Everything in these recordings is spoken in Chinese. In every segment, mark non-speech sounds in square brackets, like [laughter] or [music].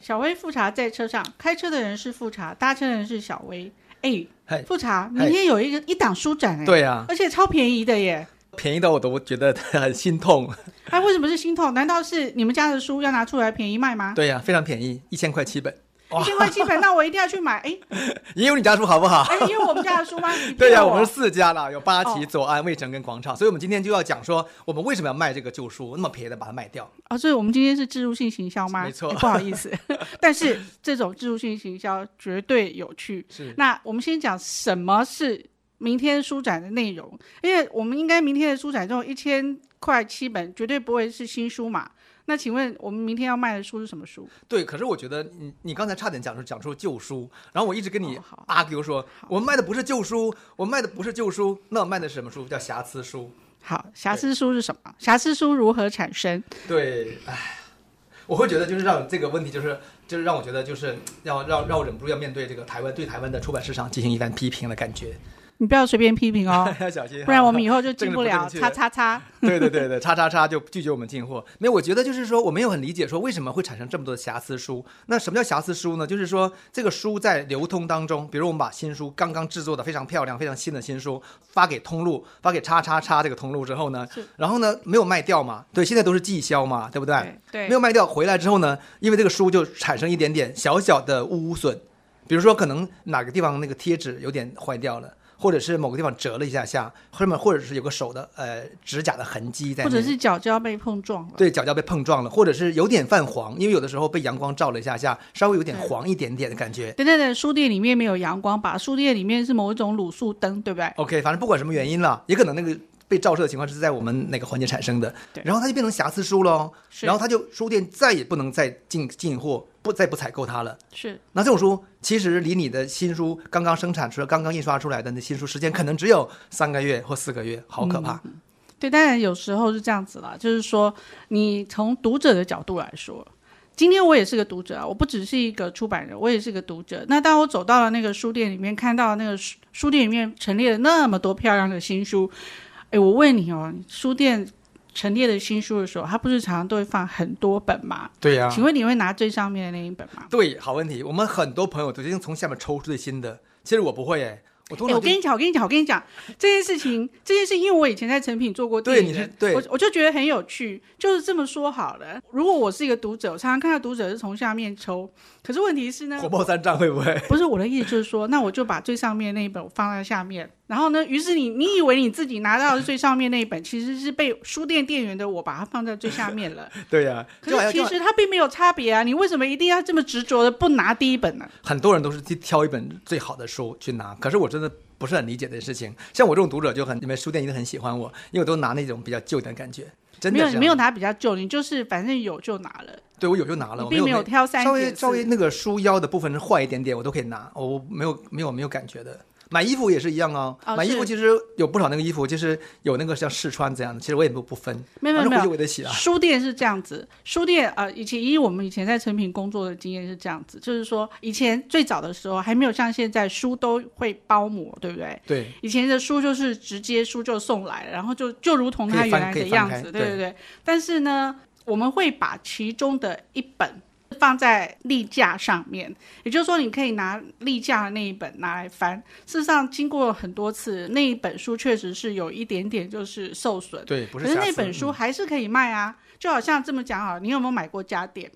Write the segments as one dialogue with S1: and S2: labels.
S1: 小薇富察在车上，开车的人是富察，搭车的人是小薇。哎
S2: 嘿，
S1: 富察，
S2: 嘿
S1: 明天有一个一档书展哎，，
S2: [laughs] 对啊，
S1: 而且超便宜的
S2: [laughs]
S1: 耶。
S2: 便宜到我都觉得很心痛。
S1: 哎，为什么是心痛？难道是你们家的书要拿出来便宜卖吗？
S2: 对呀、非常便宜，一千块七本， [laughs] 哇
S1: 一千块七本，那我一定要去买。
S2: [laughs]
S1: 哎
S2: 也有你家书好
S1: [laughs]
S2: 不好？
S1: 哎，因为我们家的书吗？你骗
S2: 对呀、我
S1: 我
S2: 们是四家啦，有八旗、
S1: 啊哦
S2: 左岸、卫城跟广场，所以我们今天就要讲说，我们为什么要卖这个旧书，那么便宜的把它卖掉。
S1: 哦，所以我们今天是植入性行销吗？
S2: 没错
S1: 哎不好意思， [laughs] 但是这种植入性行销绝对有趣。
S2: 是
S1: 那我们先讲什么是明天书展的内容，因为我们应该明天的书展这种一千块七本绝对不会是新书嘛。那请问我们明天要卖的书是什么书？
S2: 对，可是我觉得你你刚才差点讲出讲出旧书，然后我一直跟你
S1: 哦好
S2: argue 说，
S1: 好
S2: 我们卖的不是旧书，我们卖的不是旧书，那我卖的是什么书？叫瑕疵书。
S1: 好，瑕疵书是什么？瑕疵书如何产生？
S2: 对，唉，我会觉得就是让这个问题，就是就是让我觉得就是要让让我忍不住要面对这个台湾对台湾的出版市场进行一番批评的感觉，
S1: 你不要随便批评哦，
S2: 要 [laughs] 小心，
S1: 不然我们以后就进
S2: 这个是不
S1: 了。
S2: 正确
S1: 叉
S2: 的
S1: 叉叉，
S2: 对对对对，叉叉叉就拒绝我们进货。没有，我觉得就是说，我没有很理解说为什么会产生这么多的瑕疵书。那什么叫瑕疵书呢？就是说这个书在流通当中，比如我们把新书刚刚制作的非常漂亮、非常新的新书发给通路，发给叉叉叉这个通路之后呢
S1: 是，
S2: 然后呢没有卖掉嘛，对，现在都是寄销嘛，对不对？
S1: 对对
S2: 没有卖掉回来之后呢，因为这个书就产生一点点小小的污损，比如说可能哪个地方那个贴纸有点坏掉了。或者是某个地方折了一下下，后面或者是有个手的呃指甲的痕迹在那
S1: 或
S2: 里，
S1: 者是脚就要被碰撞了。
S2: 对脚脚被碰撞了，或者是有点泛黄，因为有的时候被阳光照了一下下，稍微有点黄一点点的感觉。
S1: 等等等，书店里面没有阳光吧？书店里面是某一种卤素灯，对不对？
S2: OK，反正不管什么原因了，也可能那个被照射的情况是在我们哪个环节产生的
S1: 对，
S2: 然后它就变成瑕疵书喽，
S1: 是
S2: 然后它就书店再也不能再进进货，不再不采购它了。
S1: 是
S2: 那这种书其实离你的新书刚刚生产出来、刚刚印刷出来的那新书时间，可能只有三个月或四个月，好可怕。
S1: 嗯对，当然有时候是这样子啦，就是说你从读者的角度来说。今天我也是个读者啊，我不只是一个出版人，我也是个读者。那当我走到了那个书店里面，看到那个书书店里面陈列了那么多漂亮的新书，哎，我问你哦，书店陈列的新书的时候，它不是常常都会放很多本吗？
S2: 对啊呀、
S1: 请问你会拿最上面的那一本吗？
S2: 对，好问题。我们很多朋友都已经从下面抽最新的，其实我不会哎，我通
S1: 哎，
S2: 常
S1: 我
S2: 就
S1: 跟你讲，我跟你讲，我跟你讲这件事情，这件事情，因为我以前在成品做过
S2: 对
S1: 电影
S2: 你是
S1: 人
S2: 对
S1: 我我就觉得很有趣，就是这么说好了。如果我是一个读者，我常常看到读者是从下面抽，可是问题是呢
S2: 火，爆三丈会
S1: [laughs]
S2: 不会？
S1: 不是我的意思，就是说，那我就把最上面那一本放在下面，然后呢，于是你你以为你自己拿到的最上面那一本，其实是被书店店员的我把它放在最下面
S2: [laughs]
S1: 了。
S2: 对呀、就
S1: 可
S2: 好
S1: 是
S2: 像就
S1: 其
S2: 好像
S1: 实它并没有差别啊，你为什么一定要这么执着的不拿第一本呢？
S2: 很多人都是去挑一本最好的书去拿，可是我真的不是很理解这件事情。像我这种读者就很，你们书店一定很喜欢我，因为我都拿那种比较旧的感觉，真的
S1: 没有
S2: 是这样
S1: 没有拿比较旧，你就是反正有就拿了，
S2: 对我有就拿了，
S1: 你
S2: 我
S1: 并没有
S2: 那
S1: 挑三
S2: 稍
S1: 拣
S2: 微
S1: 四
S2: 稍微那个书腰的部分是坏一点点，我都可以拿，我我没有没有没有感觉的。买衣服也是一样啊，
S1: 哦
S2: 买衣服
S1: 是
S2: 其实有不少那个衣服，就是有那个像试穿这样的，其实我也不不分，
S1: 没有没有
S2: 反正
S1: 没有
S2: 回去，我也得洗啊。
S1: 书店是这样子，书店啊，呃以前以我们以前在成品工作的经验是这样子，就是说以前最早的时候还没有像现在书都会包膜，对不对？
S2: 对，
S1: 以前的书就是直接书就送来，然后就就如同它
S2: 可以翻
S1: 原来
S2: 可
S1: 的
S2: 以翻
S1: 样
S2: 开
S1: 子，对
S2: 对
S1: 对对。但是呢，我们会把其中的一本放在例架上面，也就是说，你可以拿例架的那一本拿来翻。事实上，经过很多次，那一本书确实是有一点点就是受损。
S2: 对，不
S1: 可
S2: 是
S1: 是
S2: 瑕
S1: 那
S2: 疵嗯
S1: 本书还是可以卖啊，就好像这么讲好了，你有没有买过家电？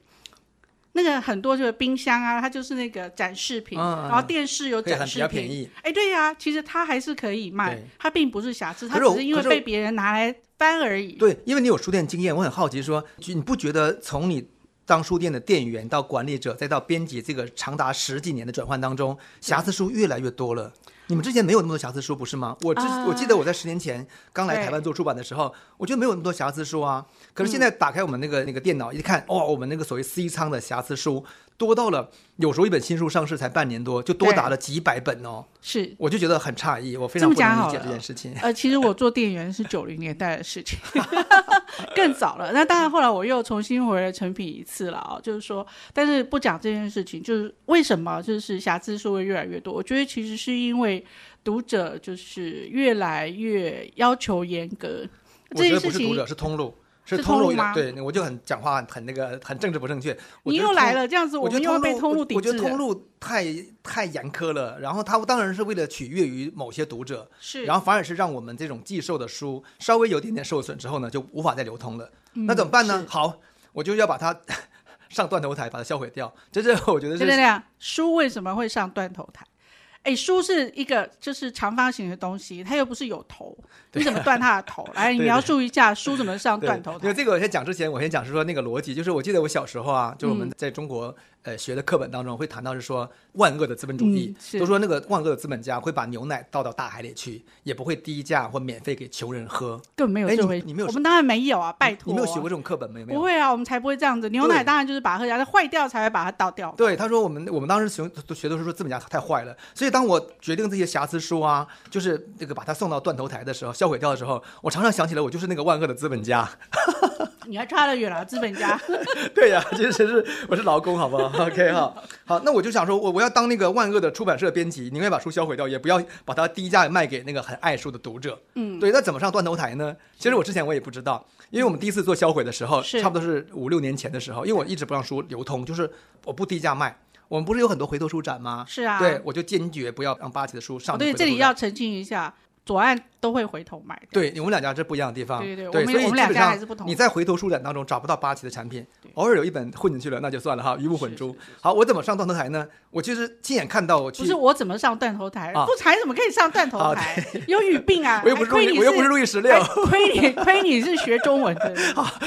S1: 那个很多就是冰箱啊，它就是那个展示品，
S2: 嗯嗯
S1: 然后电视有
S2: 可以
S1: 展
S2: 很比
S1: 示
S2: 较便
S1: 品。
S2: 宜。
S1: 哎，对呀、其实它还是可以卖
S2: 对，
S1: 它并不是瑕疵，它
S2: 可是我
S1: 只是因为
S2: 可是我
S1: 被别人拿来翻而已。
S2: 对，因为你有书店经验，我很好奇说，就你不觉得从你当书店的店员到管理者，再到编辑这个长达十几年的转换当中，瑕疵书越来越多了？你们之前没有那么多瑕疵书，不是吗？我之、
S1: 啊
S2: 我记得我在十年前刚来台湾做出版的时候，我觉得没有那么多瑕疵书啊。可
S1: 嗯
S2: 是现在打开我们那个那个电脑一看，哇、我们那个所谓 C 仓的瑕疵书多到了，有时候一本新书上市才半年多，就多
S1: 对
S2: 达了几百本哦，
S1: 是，
S2: 我就觉得很诧异，我
S1: 这
S2: 非常
S1: 么
S2: 不能
S1: 讲好
S2: 理解
S1: 了
S2: 这件事情。
S1: 呃，其实我做店
S2: [laughs]
S1: 员是九零年代的事情， [laughs] 更早了。那当然，后来我又重新回了成品一次了啊、就是说，但是不讲这件事情，就是为什么就是瑕疵数会越来越多？我觉得其实是因为读者就是越来越要求严格。
S2: 我
S1: 这
S2: 觉
S1: 件
S2: 得
S1: 事
S2: 不是读
S1: 情
S2: 者，是通路。
S1: 是
S2: 通
S1: 路
S2: 吗？
S1: 吗？
S2: 对，我就很讲话很那个很政治不正确。我
S1: 你
S2: 觉得
S1: 又来
S2: 通，
S1: 了，这样子
S2: 我觉
S1: 们
S2: 得
S1: 又要被
S2: 通
S1: 路
S2: 路，
S1: 抵
S2: 我觉
S1: 制
S2: 得
S1: 了。
S2: 通路太太严苛了。然后他当然是为了取悦于某些读
S1: 啊
S2: 者，
S1: 是，
S2: 然后反而是让我们这种寄售的书稍微有点点受损之后呢，就无法再流通了。那
S1: 嗯
S2: 怎么办呢？好，我就要把它 [laughs] 上断头台，把它销毁掉。这是我觉得
S1: 就是这样，啊书为什么会上断头台？哎，书是一个就是长方形的东西，它又不是有头，你怎么断它的头？来，你
S2: [laughs] 对对
S1: 描述一下书怎么上
S2: 对
S1: 断头
S2: 因为
S1: 台？
S2: 这个我先讲之前，我先讲是说那个逻辑，就是我记得我小时候啊，就是
S1: 嗯
S2: 我们在中国、呃学的课本当中会谈到是说万恶的资本主义
S1: 嗯，是
S2: 都说那个万恶的资本家会把牛奶倒到大海里去，也不会低价或免费给穷人喝。
S1: 根本没有
S2: 哎
S1: 这
S2: 你
S1: 回事，
S2: 你没有
S1: 我们当然没有啊，拜托、
S2: 你没有学过这种课本吗？有没
S1: 不
S2: 有？
S1: 会啊，我们才不会这样子。牛奶
S2: 对
S1: 当然就是把它喝下去，坏掉才会把它倒掉。
S2: 对，他说我们我们当时学都学都是说资本家太坏了，所以当我决定这些瑕疵书啊，就是这个把它送到断头台的时候，销毁掉的时候，我常常想起来我就是那个万恶的资本家。
S1: 你还差得远了，资本
S2: [laughs]
S1: 家。
S2: 对呀、其实是我是劳工，好不好？OK 哈，好，那我就想说，我我要当那个万恶的出版社编辑，宁愿把书销毁掉，也不要把它低价卖给那个很爱书的读者。
S1: 嗯，
S2: 对，那怎么上断头台呢？其实我之前我也不知道，因为我们第一次做销毁的时候，
S1: 是
S2: 差不多是五六年前的时候，因为我一直不让书流通，就是我不低价卖。我们不是有很多回头书展吗？
S1: 是啊
S2: 对，我就坚决不要让八旗的书上
S1: 哦
S2: 那
S1: 对，
S2: 个回头书展。
S1: 这里要澄清一下，左岸都会回头买的。
S2: 对，我们两家是不一样的地方。
S1: 对对对我们
S2: 所以
S1: 我们两
S2: 基本
S1: 家
S2: 上
S1: 还是不同
S2: 你在回头书展当中找不到八旗的产品
S1: 对，
S2: 偶尔有一本混进去了，那就算了哈，鱼目混珠。好，我怎么上断头台呢？我其实亲眼看到我去
S1: 不，是我怎么上断头台？
S2: 啊
S1: 不才怎么可以上断头
S2: 啊
S1: 台？有语病啊！
S2: [laughs] 我又不是
S1: 还
S2: 路
S1: 亏
S2: 易，
S1: 你
S2: 我又不是路易十六，
S1: 还亏你亏你是学中文的，
S2: [laughs]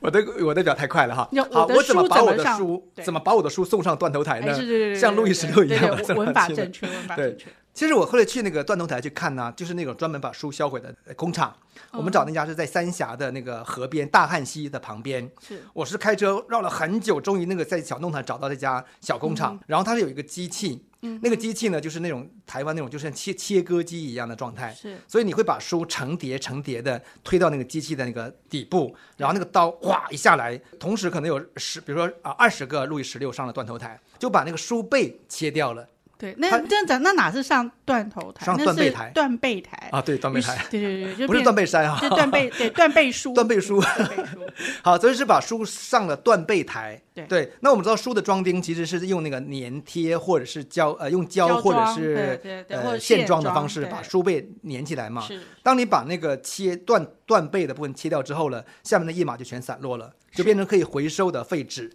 S2: 我的我的表太快了哈
S1: 你看。
S2: 好，
S1: 哎我的
S2: 我怎么
S1: 书
S2: 把
S1: 怎
S2: 我
S1: 么
S2: 的
S1: 上
S2: 书
S1: 对
S2: 怎么把我的书送上断头台
S1: 哎，
S2: 呢
S1: 是？对对对，
S2: 像路易十六一
S1: 对
S2: 样把它
S1: 对
S2: [laughs] 送上
S1: 文法
S2: 去了
S1: 正确，文法
S2: 对
S1: 正确。
S2: 其实我后来去那个断头台去看呢、就是那种专门把书销毁的呃工厂。
S1: 哦
S2: 我们找那家是在三峡的那个河边，大汉溪的旁边。
S1: 是
S2: 我是开车绕了很久，终于那个在小弄堂找到这家小工
S1: 嗯
S2: 厂，然后它是有一个机器，那个机器呢就是那种台湾那种就是像切切割机一样的状态，
S1: 是，
S2: 所以你会把书成叠成叠的推到那个机器的那个底部，然后那个刀哗一下来，同时可能有十，比如说啊二十个路易十六上了断头台，就把那个书背切掉了
S1: 对，那
S2: 他
S1: 这样那哪是上断头台？
S2: 上
S1: 那
S2: 断背
S1: 是
S2: 台
S1: 断背台，
S2: 啊，对，断背台
S1: 对对对，就
S2: [laughs] 不是
S1: 变
S2: 断背山
S1: [laughs]
S2: 啊，
S1: 就断背，对断背书，
S2: 断背书
S1: 断背
S2: [laughs]
S1: 书，
S2: 好，所以是把书上了断背台。
S1: 对
S2: 那我们知道书的装订其实是用那个粘贴或者是胶呃用胶
S1: 胶
S2: 或者
S1: 装对
S2: 是
S1: 对对或
S2: 呃
S1: 者
S2: 线
S1: 线
S2: 装的
S1: 装
S2: 方式
S1: 对
S2: 把书背粘起来嘛。
S1: 是
S2: 当你把那个切断断背的部分切掉之后了，下面的页码就全散落了，就变成可以回收的废纸。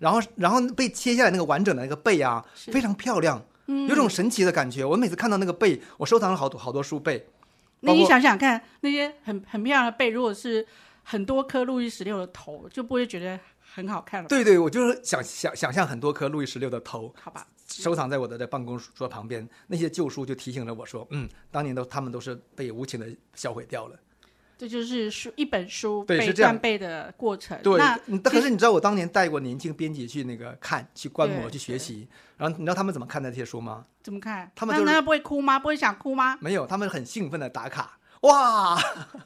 S2: 然后，然后被切下来那个完整的那个背啊，
S1: 是嗯
S2: 非常漂亮，有种神奇的感觉。我每次看到那个背，我收藏了好多好多书背，
S1: 那
S2: 包
S1: 你
S2: 括
S1: 想想看，那些很很漂亮的背，如果是很多颗路易十六的头，就不会觉得很好看了吧，
S2: 对对，我就是想想想象很多颗路易十六的头，
S1: 好吧？
S2: 收藏在我的这办公桌旁边，那些旧书就提醒了我说，嗯，当年都他们都是被无情的销毁掉了。
S1: 这就是书一本书
S2: 对
S1: 被
S2: 是这样
S1: 断背的过程。
S2: 对
S1: 呃那，
S2: 嗯
S1: 其
S2: 可
S1: 实
S2: 是你知道我当年带过年轻编辑去那个看、去观摩、
S1: 对
S2: 去学习，然后你知道他们怎么看待这些书吗？
S1: 怎么看？
S2: 他们
S1: 那
S2: 就是
S1: 那不会哭吗？不会想哭吗？
S2: 没有，他们很兴奋的打卡，哇， [laughs]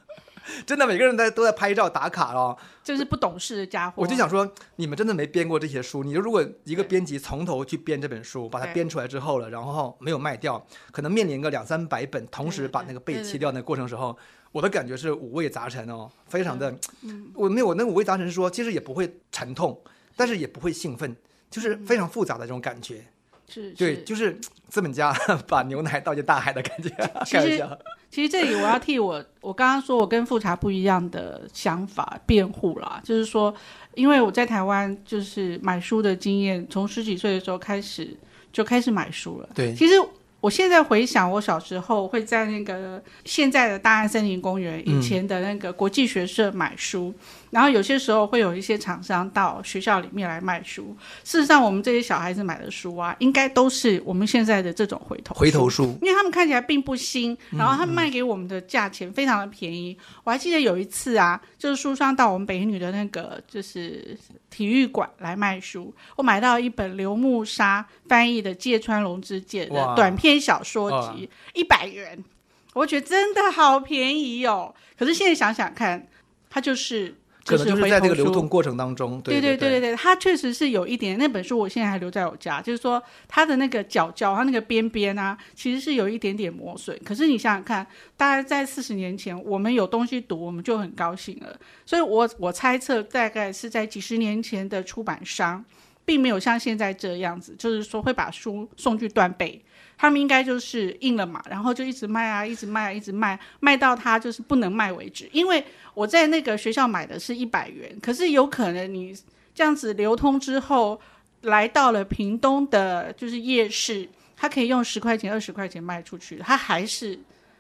S2: 真的每个人在都在拍照打卡哦。
S1: 真是不懂事的家伙。
S2: 我就想说，你们真的没编过这些书。你如果一个编辑从头去编这本书，把它
S1: 对
S2: 编出来之后了，然后没有卖掉，可能面临个两三百本，同时把那个
S1: 对
S2: 被
S1: 对对
S2: 切掉那个过程时候，我的感觉是五味杂陈哦，非
S1: 嗯
S2: 常的，我没有我那五味杂陈是说，其实也不会沉痛，但是也不会兴奋，就是非常复杂的这种感觉。
S1: 嗯是，
S2: 对，
S1: 是
S2: 就是资本家 [laughs] 把牛奶倒进大海的感觉，
S1: 其
S2: 开
S1: 实
S2: 玩笑。
S1: 其实这里我要替我我刚刚说我跟富察不一样的想法辩护啦，就是说，因为我在台湾就是买书的经验，从十几岁的时候开始就开始买书了。
S2: 对
S1: 其实我现在回想，我小时候会在那个现在的大安森林公园
S2: 嗯
S1: 以前的那个国际学社买书，然后有些时候会有一些厂商到学校里面来卖书。事实上，我们这些小孩子买的书啊，应该都是我们现在的这种回头
S2: 回
S1: 书
S2: 头书，
S1: 因为他们看起来并不新，
S2: 嗯
S1: 然后他们卖给我们的价钱非常的便宜。我还记得有一次啊，就是书商到我们北一女的那个就是体育馆来卖书，我买到一本刘木沙翻译的芥川龙之介的
S2: 哇
S1: 短篇小说集，一百元，我觉得真的好便宜哦。可是现在想想看，它就是
S2: 可能
S1: 是
S2: 就是
S1: 回
S2: 在这
S1: 头
S2: 个流
S1: 书
S2: 通过程当中，
S1: 对
S2: 对
S1: 对对对，它确实是有一点。那本书我现在还留在我家，就是说它的那个角角，它那个边边啊，其实是有一点点磨损。可是你想想看，大概在四十年前，我们有东西读，我们就很高兴了。所以我我猜测，大概是在几十年前的出版商，并没有像现在这样子，就是说会把书送去断背。他们应该就是印了嘛，然后就一直卖啊，一直卖啊，一直卖，卖到它就是不能卖为止。因为我在那个学校买的是一百元，可是有可能你这样子流通之后，来到了屏东的，就是夜市，它可以用十块钱、二十块钱卖出去，它还是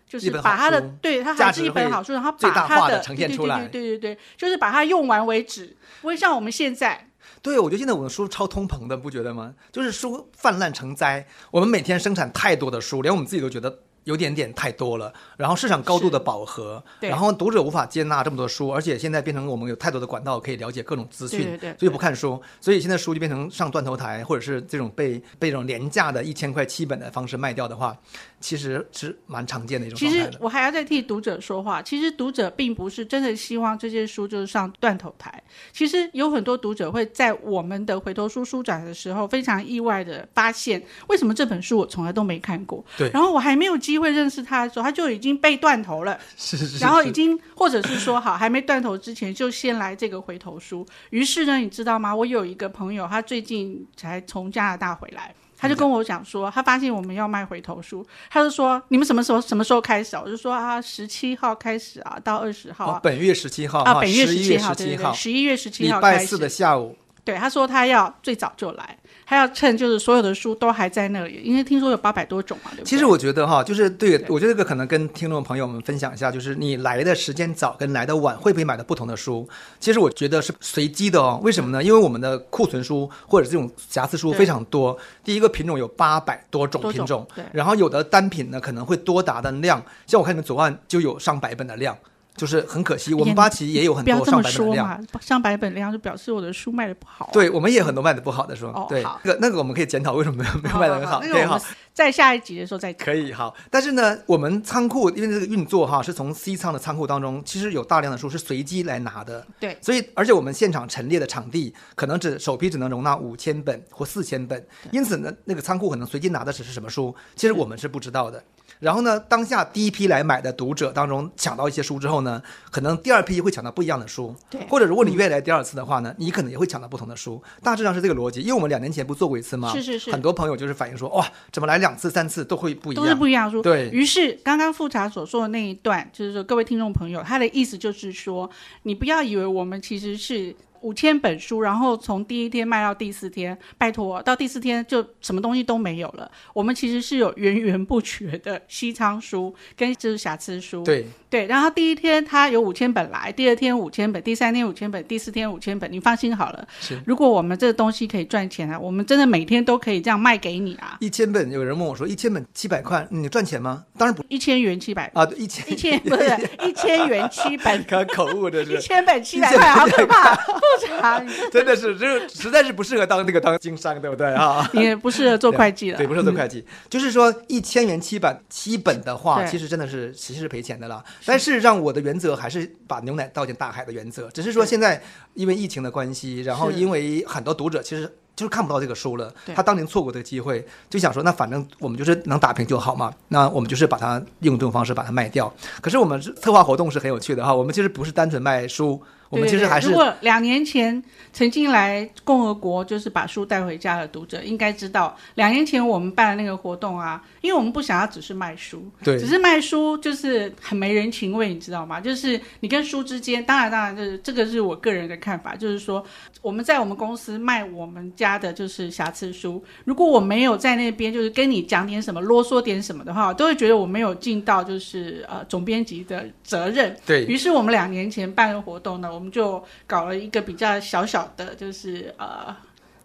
S1: 就
S2: 一
S1: 是
S2: 本好
S1: 把它的
S2: 书
S1: 对它
S2: 价
S1: 还
S2: 值
S1: 是一本
S2: 会
S1: 好书，然后
S2: 最
S1: 把
S2: 大
S1: 它
S2: 化地
S1: 的
S2: 呈现
S1: 对对
S2: 出来
S1: 对对对对，就是把它用完为止，不会像我们现在
S2: 对，我觉得现在我们书超通膨的，不觉得吗？就是书泛滥成灾，我们每天生产太多的书，连我们自己都觉得有点点太多了。然后市场高度的饱和，
S1: 对
S2: 然后读者无法接纳这么多书，而且现在变成我们有太多的管道可以了解各种资讯，
S1: 对对对
S2: 所以不看书，所以现在书就变成上断头台，或者是这种被被这种廉价的一千块七本的方式卖掉的话，其实是蛮常见的一种
S1: 其
S2: 状态
S1: 实
S2: 的。
S1: 我还要再替读者说话。其实读者并不是真的希望这些书就是上断头台。其实有很多读者会在我们的回头书书展的时候，非常意外的发现，为什么这本书我从来都没看过？
S2: 对
S1: 然后我还没有机会认识他的时候，他就已经被断头了。
S2: 是是是
S1: 然后已经或者是说好还没断头之前，就先来这个回头书。于是呢，你知道吗？我有一个朋友，他最近才从加拿大回来。他就跟我讲说，他发现我们要卖回头书，他就说你们什么时候什么时候开始啊？我就说啊，十七号开始啊，到二十号
S2: 好
S1: 啊，
S2: 哦本月十七号
S1: 啊，本月
S2: 十
S1: 十
S2: 一月
S1: 七
S2: 十
S1: 号，对
S2: 七
S1: 对对，
S2: 号，
S1: 十一月十七
S2: 礼
S1: 号开
S2: 拜
S1: 始
S2: 四的下午，
S1: 对，他说他要最早就来，他要趁就是所有的书都还在那里，因为听说有八百多种嘛，对不对？
S2: 其实我觉得哈，就是对
S1: 对，
S2: 我觉得这个可能跟听众朋友们分享一下，就是你来的时间早跟来的晚，会不会买到不同的书？其实我觉得是随机的哦。为什么呢？因为我们的库存书或者这种瑕疵书
S1: 对
S2: 非常多，第一个品种有八百多种
S1: 多
S2: 品种，
S1: 对
S2: 然后有的单品呢可能会多达的量，像我看你们左岸就有上百本的量，就是很可惜，我们八旗也有很
S1: 不要
S2: 多
S1: 这
S2: 上
S1: 么
S2: 百本的
S1: 说
S2: 量。
S1: 嘛，上百本量就表示我的书卖的不好、啊。
S2: 对，我们也有很多卖的不好的书，
S1: 哦
S2: 对，
S1: 好
S2: 那个那个我们可以检讨为什么 [laughs] 没有没有卖的很好，
S1: 那
S2: 对
S1: 个我们在下一集的时候再讲。
S2: 可以好，但是呢，我们仓库因为这个运作哈，是从 C 仓的仓库当中，其实有大量的书是随机来拿的，
S1: 对，
S2: 所以而且我们现场陈列的场地可能只首批只能容纳五千本或四千本，因此呢，那个仓库可能随机拿的只是什么书，其实我们是不知道的。然后呢，当下第一批来买的读者当中抢到一些书之后呢，可能第二批会抢到不一样的书，
S1: 对
S2: 或者如果你愿意来第二次的话呢，你可能也会抢到不同的书，大致上是这个逻辑。因为我们两年前不做过一次吗？
S1: 是是是
S2: 很多朋友就是反映说，哇，怎么来两次、三次都会不一
S1: 都是
S2: 样？
S1: 不一样的书。
S2: 对
S1: 于是，刚刚富察所说的那一段，就是说各位听众朋友，他的意思就是说，你不要以为我们其实是。五千本书，然后从第一天卖到第四天，拜托，到第四天就什么东西都没有了。我们其实是有源源不绝的西仓书跟就是瑕疵书，
S2: 对，
S1: 对，然后第一天它有五千本来，第二天五千本，第三天五千本，第四天五千本，你放心好了。
S2: 是
S1: 如果我们这个东西可以赚钱啊，我们真的每天都可以这样卖给你啊，
S2: 一千本，有人问我说，一千本七百块，嗯你赚钱吗？当然不
S1: 一千元七百，
S2: 啊，对，一千，
S1: 一千不是一千元七本
S2: 刚口误这
S1: 一 [laughs]
S2: 是。
S1: 千本七百块，好可怕，不长，
S2: 真的是，这实在是不适合当那个当经商，对不对啊？
S1: 你也不适合做会计了
S2: 对，。不是做会计，就是说一千元七本七本的话，
S1: 对
S2: 其实真的是其实是赔钱的啦。但事实上，我的原则还是把牛奶倒进大海的原则，只是说现在因为疫情的关系，然后
S1: 是
S2: 因为很多读者其实。就是看不到这个书了，
S1: 对
S2: 他当年错过这个机会，就想说那反正我们就是能打平就好嘛，那我们就是把它用这种方式把它卖掉。可是我们是策划活动是很有趣的哈，我们其实不是单纯卖书，我们
S1: 对
S2: 其实
S1: 对
S2: 还是
S1: 如果两年前曾经来共和国就是把书带回家的读者，应该知道两年前我们办的那个活动啊，因为我们不想要只是卖书，
S2: 对
S1: 只是卖书就是很没人情味，你知道吗？就是你跟书之间，当然当然就是这个是我个人的看法，就是说我们在我们公司卖我们家的就是瑕疵书，如果我没有在那边就是跟你讲点什么啰嗦点什么的话，我都会觉得我没有尽到就是呃总编辑的责任。
S2: 对
S1: 于是我们两年前办的活动呢，我们就搞了一个比较小小的，就是呃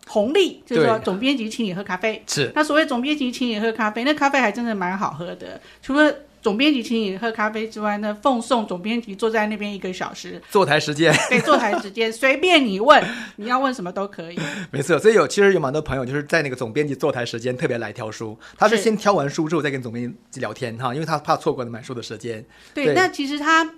S1: 红利，就是说
S2: 对
S1: 总编辑请你喝咖啡。
S2: 是
S1: 那所谓总编辑请你喝咖啡，那咖啡还真的蛮好喝的，除了。总编辑请你喝咖啡之外呢，奉送总编辑坐在那边一个小时，
S2: 坐台时间。
S1: 对，坐台时间随便你问，你要问什么都可以。
S2: [laughs] 没错，所以有其实有蛮多朋友就是在那个总编辑坐台时间特别来挑书，他是
S1: 是
S2: 先挑完书之后再跟总编辑聊天哈，因为他怕错过了买书的时间。
S1: 对，
S2: 对
S1: 那其实他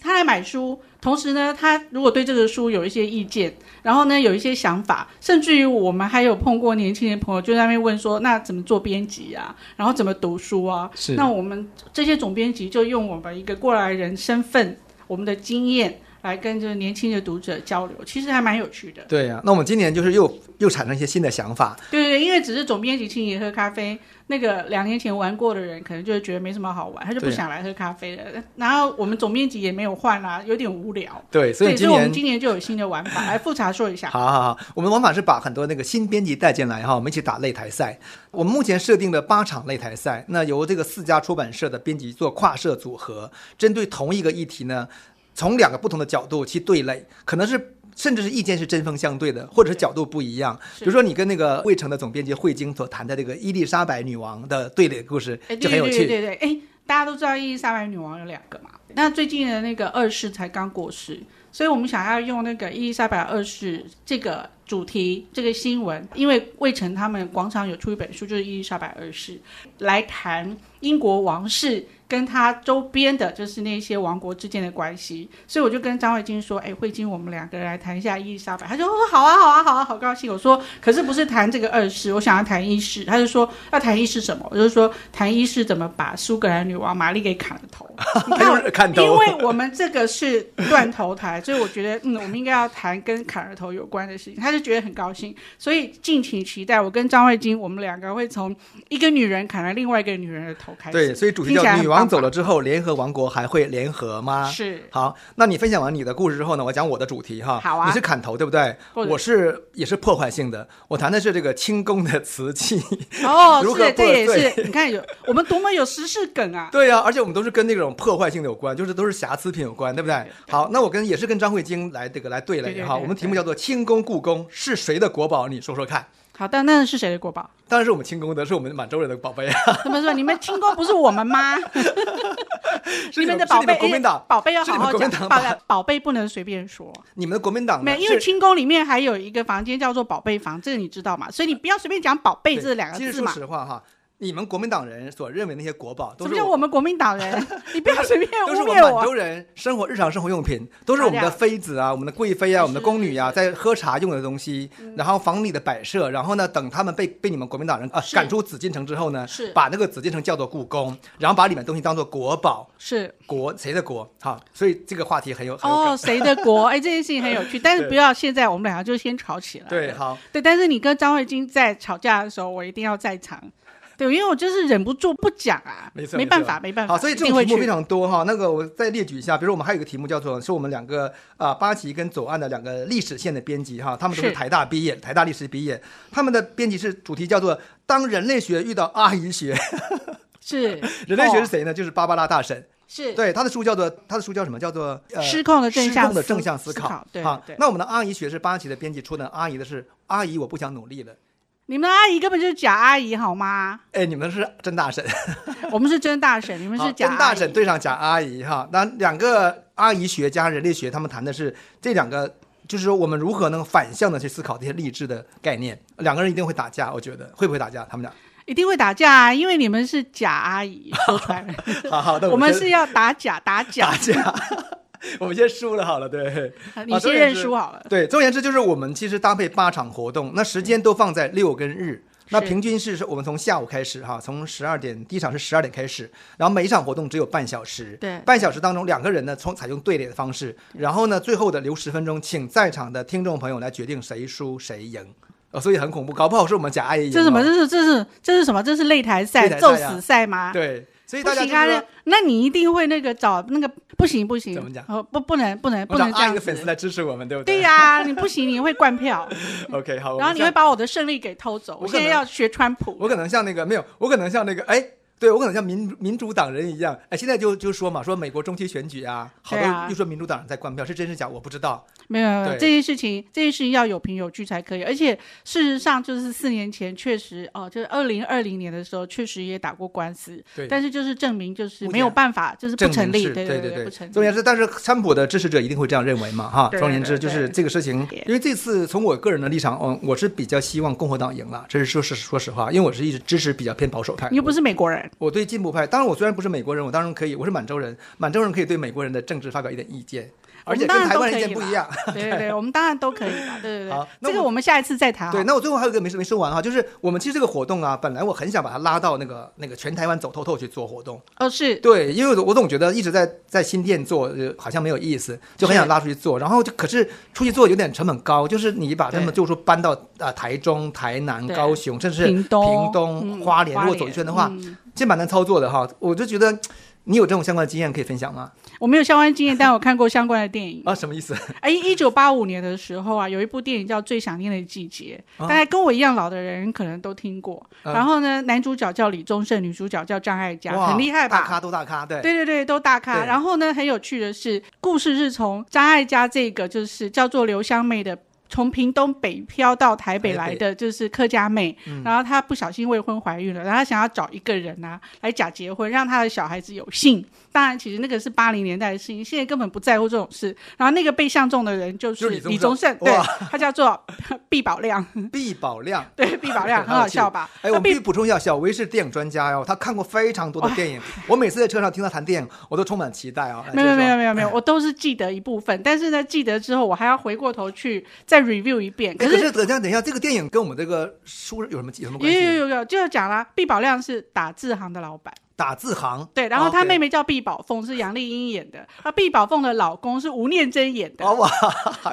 S1: 他来买书，同时呢，他如果对这个书有一些意见，然后呢有一些想法，甚至于我们还有碰过年轻人朋友就在那边问说，那怎么做编辑啊？然后怎么读书啊？
S3: 是
S1: 那我们这些总编辑就用我们一个过来人身份，我们的经验来跟这个年轻的读者交流，其实还蛮有趣的。
S2: 对呀、那我们今年就是又又产生一些新的想法，
S1: 对对对，因为只是总编辑请你喝咖啡，那个两年前玩过的人可能就会觉得没什么好玩，他就不
S2: 对啊
S1: 想来喝咖啡了。然后我们总编辑也没有换啦、有点无聊。
S2: 对，所以
S1: 对，所
S2: 今
S1: 以我们
S2: 年。
S1: 今年就有新的玩
S2: [laughs]
S1: 法，来哎复查说一下。
S2: 好好好，我们往法是把很多那个新编辑带进来哈，我们一起打擂台赛。我们目前设定了八场擂台赛，那由这个四家出版社的编辑做跨社组合，针对同一个议题呢，从两个不同的角度去对垒，可能是。甚至是意见是针锋相对的，或者是角度不一样。
S1: 是
S2: 比如说，你跟那个魏城的总编辑慧晶所谈的这个伊丽莎白女王的对垒故事
S1: 哎，，
S2: 就
S1: 对对
S2: 很有
S1: 对
S2: 趣。
S1: 对对，哎，大家都知道伊丽莎白女王有两个嘛，那最近的那个二世才刚过世，所以我们想要用那个伊丽莎白二世这个主题这个新闻，因为魏晨他们广场有出一本书，就是伊丽莎白二世，来谈英国王室跟他周边的，就是那些王国之间的关系。所以我就跟张慧晶说：“哎，慧晶，我们两个人来谈一下伊丽莎白。”他就说：“好啊，好啊，好啊，好高兴。”我说：“可是不是谈这个二世，我想要谈一世。”他就说：“要谈一世什么？”我就说：“谈一世怎么把苏格兰女王玛丽给砍了头。”
S2: [laughs]
S1: 你看我
S2: 就是看
S1: 嗯 [laughs] 因
S2: 头，
S1: 为我们这个是断头台，所以我觉得，嗯，我们应该要谈跟砍儿头有关的事情。他就觉得很高兴，所以敬请期待。我跟张慧晶，我们两个会从一个女人砍了另外一个女人的头开始。
S2: 对，所以主题
S1: 听起来
S2: 叫“
S1: 很
S2: 女王
S1: 棒
S2: 走了之后，联合王国还会联合吗？” [laughs]
S1: 是
S2: 好，那你分享完你的故事之后呢，我讲我的主题哈。
S1: 好啊
S2: 你是砍头对不对？
S1: 或者
S2: 我是也是破坏性的，我谈的是这个清宫的
S1: [laughs]
S2: 瓷器。
S1: 哦，
S2: 如何
S1: 是这
S2: 破
S1: 也
S2: 碎
S1: 是，你看有我们多么有时事梗啊！
S2: 对呀、而且我们都是跟那种破坏性的有关，就是都是瑕疵品有关，对不对
S1: 对？
S2: 好，那我跟也是跟张慧晶来这个来对
S1: 对
S2: 垒
S1: 对
S2: 哈。
S1: 对
S2: 我们题目
S1: 对
S2: 叫做“清宫故宫是谁的国宝”，你说说看。
S1: 好的，那是谁的国宝？
S2: 当然是我们清宫的，是我们满洲人的宝贝
S1: [laughs]
S2: 啊，
S1: 他们说你们清宫不是我们
S2: [laughs]
S1: 吗？
S2: 是
S1: 们
S2: 们
S1: 的
S2: 是
S1: 宝
S2: 你
S1: 贝
S2: 们，国民
S1: 哎
S2: 党，
S1: 宝贝要
S2: 是你
S1: 好
S2: 们
S1: 好
S2: 国民
S1: 讲，
S2: 党
S1: 宝
S2: 吧
S1: 宝贝不能随便说。
S2: 你们的国民党呢
S1: 没有，因为
S2: 是
S1: 清宫里面还有一个房间叫做宝贝房，这个你知道吗？所以你不要随便讲宝贝
S2: 对
S1: 这两个
S2: 其实
S1: 字
S2: 说
S1: 嘛。
S2: 实话哈，你们国民党人所认为那些国宝，都
S1: 什
S2: 是
S1: 么叫我们国民党人？
S2: [laughs]
S1: 你不要随便
S2: 都是
S1: 污
S2: 我
S1: 蔑
S2: 们满
S1: 我。
S2: 洲人生活日常生活用品，都是我们的妃子啊、我们的贵妃
S1: 嗯
S2: 啊、我们的宫女啊，
S1: 是
S2: 在喝茶用的东西，
S1: 嗯
S2: 然后房里的摆设，然后呢，等他们被被你们国民党人啊
S1: 是
S2: 赶出紫禁城之后呢，
S1: 是
S2: 把那个紫禁城叫做故宫，然后把里面东西当做国宝，
S1: 是
S2: 国谁的国？哈，所以这个话题很有很有
S1: 哦，
S2: 梗。
S1: 谁的国？哎，这件事情很有趣，但是不要现在我们两个就先吵起来。
S2: 对，好，
S1: 对，但是你跟张慧晶在吵架的时候，我一定要在场。对，因为我就是忍不住不讲啊，
S2: 没错
S1: 没
S2: 没
S1: 办
S2: 错
S1: 法，没办法。
S2: 好，所以这
S1: 一定
S2: 种
S1: 会
S2: 题目
S1: 去
S2: 非常多哈。那个我再列举一下，比如我们还有一个题目叫做是我们两个啊、八旗跟左岸的两个历史线的编辑哈，他们都是
S1: 是
S2: 台大毕业，台大历史系毕业，他们的编辑是主题叫做“当人类学遇到阿姨学”。 [laughs]
S1: 是
S2: 人类学是
S1: 哦
S2: 谁呢？就是芭芭拉大神。
S1: 是
S2: 对，他的书叫做他的书叫什么？叫做呃
S1: 失控的正
S2: 失
S1: 向
S2: 控的正向思
S1: 考
S2: 考。。
S1: 对
S2: 好
S1: 对，，
S2: 那我们的阿姨学是八旗的编辑出的，阿姨的是阿姨，我不想努力了。
S1: 你们的阿姨根本就是假阿姨好吗？
S2: 哎，你们是真大神，
S1: 我们是真大婶，你们
S2: 好
S1: 是假
S2: 真
S1: 阿
S2: 大
S1: 姨
S2: 神对上假阿姨哈。那两个阿姨学加人类学，他们谈的是这两个，就是说我们如何能反向的去思考这些励志的概念。两个人一定会打架，我觉得会不会打架？他们俩，
S1: 一定会打架啊，因为你们是假阿
S2: [laughs]
S1: 姨说出来的，
S2: 好好的，那
S1: 我们
S2: 先
S1: 是要打假打假
S2: [laughs] 打，架，我们先输了好了，对。
S1: 你
S2: 总而
S1: 先
S2: 言
S1: 认
S2: 之
S1: 输好了。
S2: 对，总而言之就是我们其实搭配八场活动，那时间都放在六跟日。那
S1: 是
S2: 平均是是我们从下午开始哈，从十二点第一场是十二点开始，然后每一场活动只有半小时。
S1: 对
S2: 半小时当中两个人呢，从采用对垒的方式，然后呢最后的留十分钟，请在场的听众朋友来决定谁输谁赢。呃，所以很恐怖，搞不好是我们假爱赢、哦。
S1: 这是什么？这是这是这是什么？这是擂台赛、
S2: 擂台赛
S1: 揍
S2: 啊
S1: 死赛吗？
S2: 对，所以
S1: 不
S2: 大家
S1: 行啊，
S2: 就是
S1: 那
S2: 说
S1: 那你一定会那个找那个不行不行，
S2: 怎么讲
S1: 哦？不不能不能
S2: 我
S1: 不
S2: 们
S1: 能
S2: 找
S1: 这
S2: 阿
S1: 样
S2: 姨的粉丝
S1: 子。
S2: 来支持我们，对不
S1: 对
S2: 对、
S1: 呀、你不行你会灌票，
S2: OK，好。我 [laughs] 们
S1: 然后你
S2: 下
S1: 会把我的胜利给偷走。
S2: 我
S1: 我
S2: 可
S1: 现在
S2: 能
S1: 要学川普，
S2: 我可能像那个没有，我可能像那个哎，对我可能像民民主党人一样，哎，现在就就说嘛，说美国中期选举啊，好多
S1: 对啊
S2: 又说民主党人在灌票，是真是假我不知道。
S1: 没有没有没有
S2: 对
S1: 这件事情，这件事情要有凭有据才可以。而且事实上，就是四年前确实哦，就是二零二零年的时候，确实也打过官司，
S2: 对
S1: 但是就是证明就是
S2: 目前
S1: 没有办法，就是不
S2: 证
S1: 成
S2: 明
S1: 立，
S2: 是
S1: 对
S2: 对
S1: 对
S2: 对
S1: 不成立。
S2: 总而言之，但是川普的支持者一定会这样认为嘛，哈。
S1: 对
S2: 总而言之，
S1: 对
S2: 就
S1: 对
S2: 是这个事情，因为这次从我个人的立场，嗯，我是比较希望共和党赢了，这是说是说实话，因为我是一直支持比较偏保守派。
S1: 你又不是美国人，
S2: [laughs]
S1: 派，
S2: 我对进步派，当然我虽然不是美国人，我当然可以，我是满洲人，满洲人可以对美国人的政治发表一点意见，而且
S1: 我们当然
S2: 跟
S1: 哦
S2: 台
S1: 都
S2: 湾
S1: 可
S2: 人
S1: 以
S2: 意
S1: 啊
S2: 见不一样。
S1: 啦。对对对，我们当然都可以啦。对对
S2: 好
S1: 对，
S2: 那
S1: 这个我们下一次再谈。
S2: [laughs]
S1: 啊
S2: 对，，那我最后还有一个没没说完哈，就是我们其实这个活动啊，本来我很想把它拉到那个那个全台湾走透透去做活动，
S1: 哦是，
S2: 对，因为我总觉得一直在在新店做，呃好像没有意思，就很想
S1: 是
S2: 拉出去做，然后就可是出去做有点成本高，就是你把他们
S1: 对
S2: 就说搬到啊、呃台中、台南、
S1: 对
S2: 高雄，甚至
S1: 屏东
S2: 屏东、
S1: 嗯
S2: 花莲，
S1: 花
S2: 如果走
S1: 莲
S2: 一圈的话，
S1: 嗯
S2: 其实蛮难操作的哈，我就觉得。你有这种相关的经验可以分享吗？
S1: 我没有相关经验，但我看过相关的电
S2: [laughs]
S1: 影。
S2: 啊，什么意思？
S1: 哎，一九八五年的时候啊，有一部电影叫《最想念的季节》，
S2: 啊
S1: 大概跟我一样老的人可能都听过。
S2: 嗯
S1: 然后呢，男主角叫李宗盛，女主角叫张艾嘉，
S2: 哇
S1: 很厉害吧？
S2: 大咖都大咖，对，
S1: 对对对，都大咖。
S2: 对
S1: 然后呢，很有趣的是，故事是从张艾嘉这个就是叫做刘香妹的。从屏东北漂到台北来的就是客家妹，
S2: 嗯
S1: 然后她不小心未婚怀孕了，然后她想要找一个人啊来假结婚，让她的小孩子有幸。当然，其实那个是八零年代的事情，现在根本不在乎这种事。然后那个被相中的人就
S2: 就是是李宗
S1: 李宗盛，
S2: 盛
S1: 对
S2: 哇，
S1: 他叫做 [laughs] 毕宝亮，
S2: 毕宝亮，
S1: 对，毕宝亮
S2: 很
S1: 很
S2: [laughs] 好
S1: 好
S2: 奇
S1: 笑吧？
S2: 哎，我
S1: 那
S2: 们必
S1: 毕
S2: 须补充一下，小薇是电影专家哦，他看过非常多的电影。我每次在车上听他谈电影，我都充满期待啊、来
S1: 没有没有
S2: 接
S1: 没有没有，我都是记得一部分，但是呢，记得之后我还要回过头去再 review 一遍。
S2: 着说。哎
S1: 是
S2: 是等一下等一下，这个电影跟我们这个书有什么有什么
S1: 有
S2: 关
S1: 有
S2: 系？
S1: 有有，就讲啦，毕宝亮是打字行的老板，
S2: 打字行
S1: 对，然后他
S2: OK
S1: 妹妹叫毕宝凤，是杨丽英演的，啊，毕宝凤的老公是吴念真演的
S2: 哦。哇，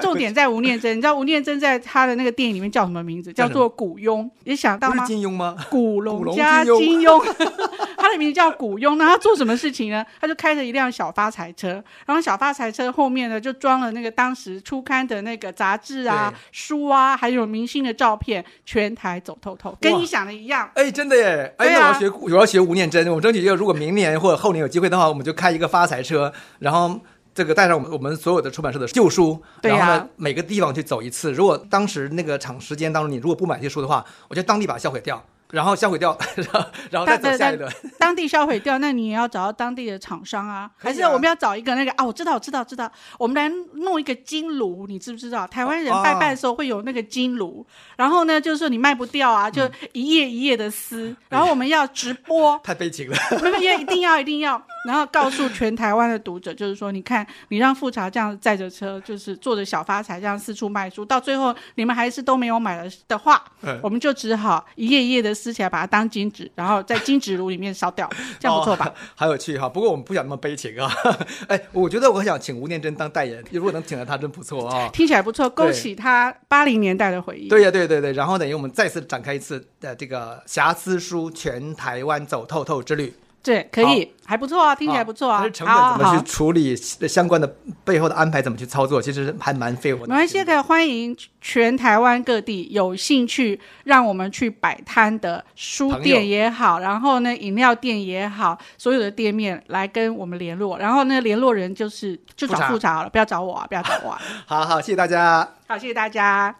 S1: 重点在吴念真，你知道吴念真在他的那个电影里面叫什么名字？
S2: 叫
S1: 叫
S2: 什么
S1: 做古庸，你想到
S2: 不
S1: 吗
S2: 是？金庸吗？ [laughs]
S1: 古
S2: 古
S1: 龙
S2: 龙
S1: 加
S2: 金庸
S1: 金庸， [laughs] 他的名字叫古庸。那他做什么事情呢？他就开着一辆小发财车，然后小发财车后面呢就装了那个当时初刊的那个杂志啊
S2: 对、
S1: 书啊，还有明星的照片，全台走透透，跟你想的一
S2: [laughs]
S1: 样。
S2: 哎，真的耶！哎，
S1: 对
S2: 那
S1: 啊
S2: 我要学，我要学吴念真。我们争取，如果明年或者后年有机会的话，我们就开一个发财车，然后这个带上我们我们所有的出版社的旧书，
S1: 对啊
S2: 然后呢每个地方去走一次。如果当时那个长时间当中，你如果不买这些书的话，我就当地把它销毁掉，然后销毁掉， [laughs] 然后然后再走下一轮。
S1: 当地销毁掉，那你也要找到当地的厂商啊，
S2: 可以啊
S1: 还是我们要找一个那个啊？我知道，我知道，知道，我们来弄一个金炉，你知不知道？台湾人
S2: 哦，
S1: 拜拜的时候会有那个金炉，然后呢，就是说你卖不掉啊，就一页一页的撕，然后我们要直播
S2: 太悲情了。
S1: [laughs] 没有，因为一定要一定要，然后告诉全台湾的读者，就是说，你看你让富察这样载着车，就是坐着小发财这样四处卖书，到最后你们还是都没有买了的话，
S2: [laughs] 嗯
S1: 我们就只好一页一页的撕起来，把它当金纸，然后在金纸炉里面烧掉，这样不错吧？
S2: 哦？ [laughs] 好有趣哈，不过我们不想那么悲情啊。 [laughs] 哎，我觉得我想请吴念真当代言，如果能请到他，真不错啊、
S1: [laughs] 听起来不错，勾起他八零年代的回忆。
S2: 对呀、对对对，然后等于我们再次展开一次的这个瑕疵书全台湾走透透之旅，
S1: 对，可以，还不错啊，听起来不错啊。
S2: 但是成本
S1: 好
S2: 怎么
S1: 好
S2: 去处理，相关的背后的安排怎么去操作，其实还蛮费我
S1: 没关系，
S2: 心
S1: 可
S2: 的。
S1: 以欢迎全台湾各地有兴趣让我们去摆摊的书
S2: 朋友
S1: 店也好，然后呢饮料店也好，所有的店面来跟我们联络。然后呢，联络人就是就
S2: 复查
S1: 找复查好了，不要找我啊，不要找我啊。
S2: 好好，谢谢大家。
S1: 好，谢谢大家。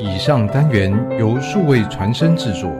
S3: 以上单元由数位传声制作。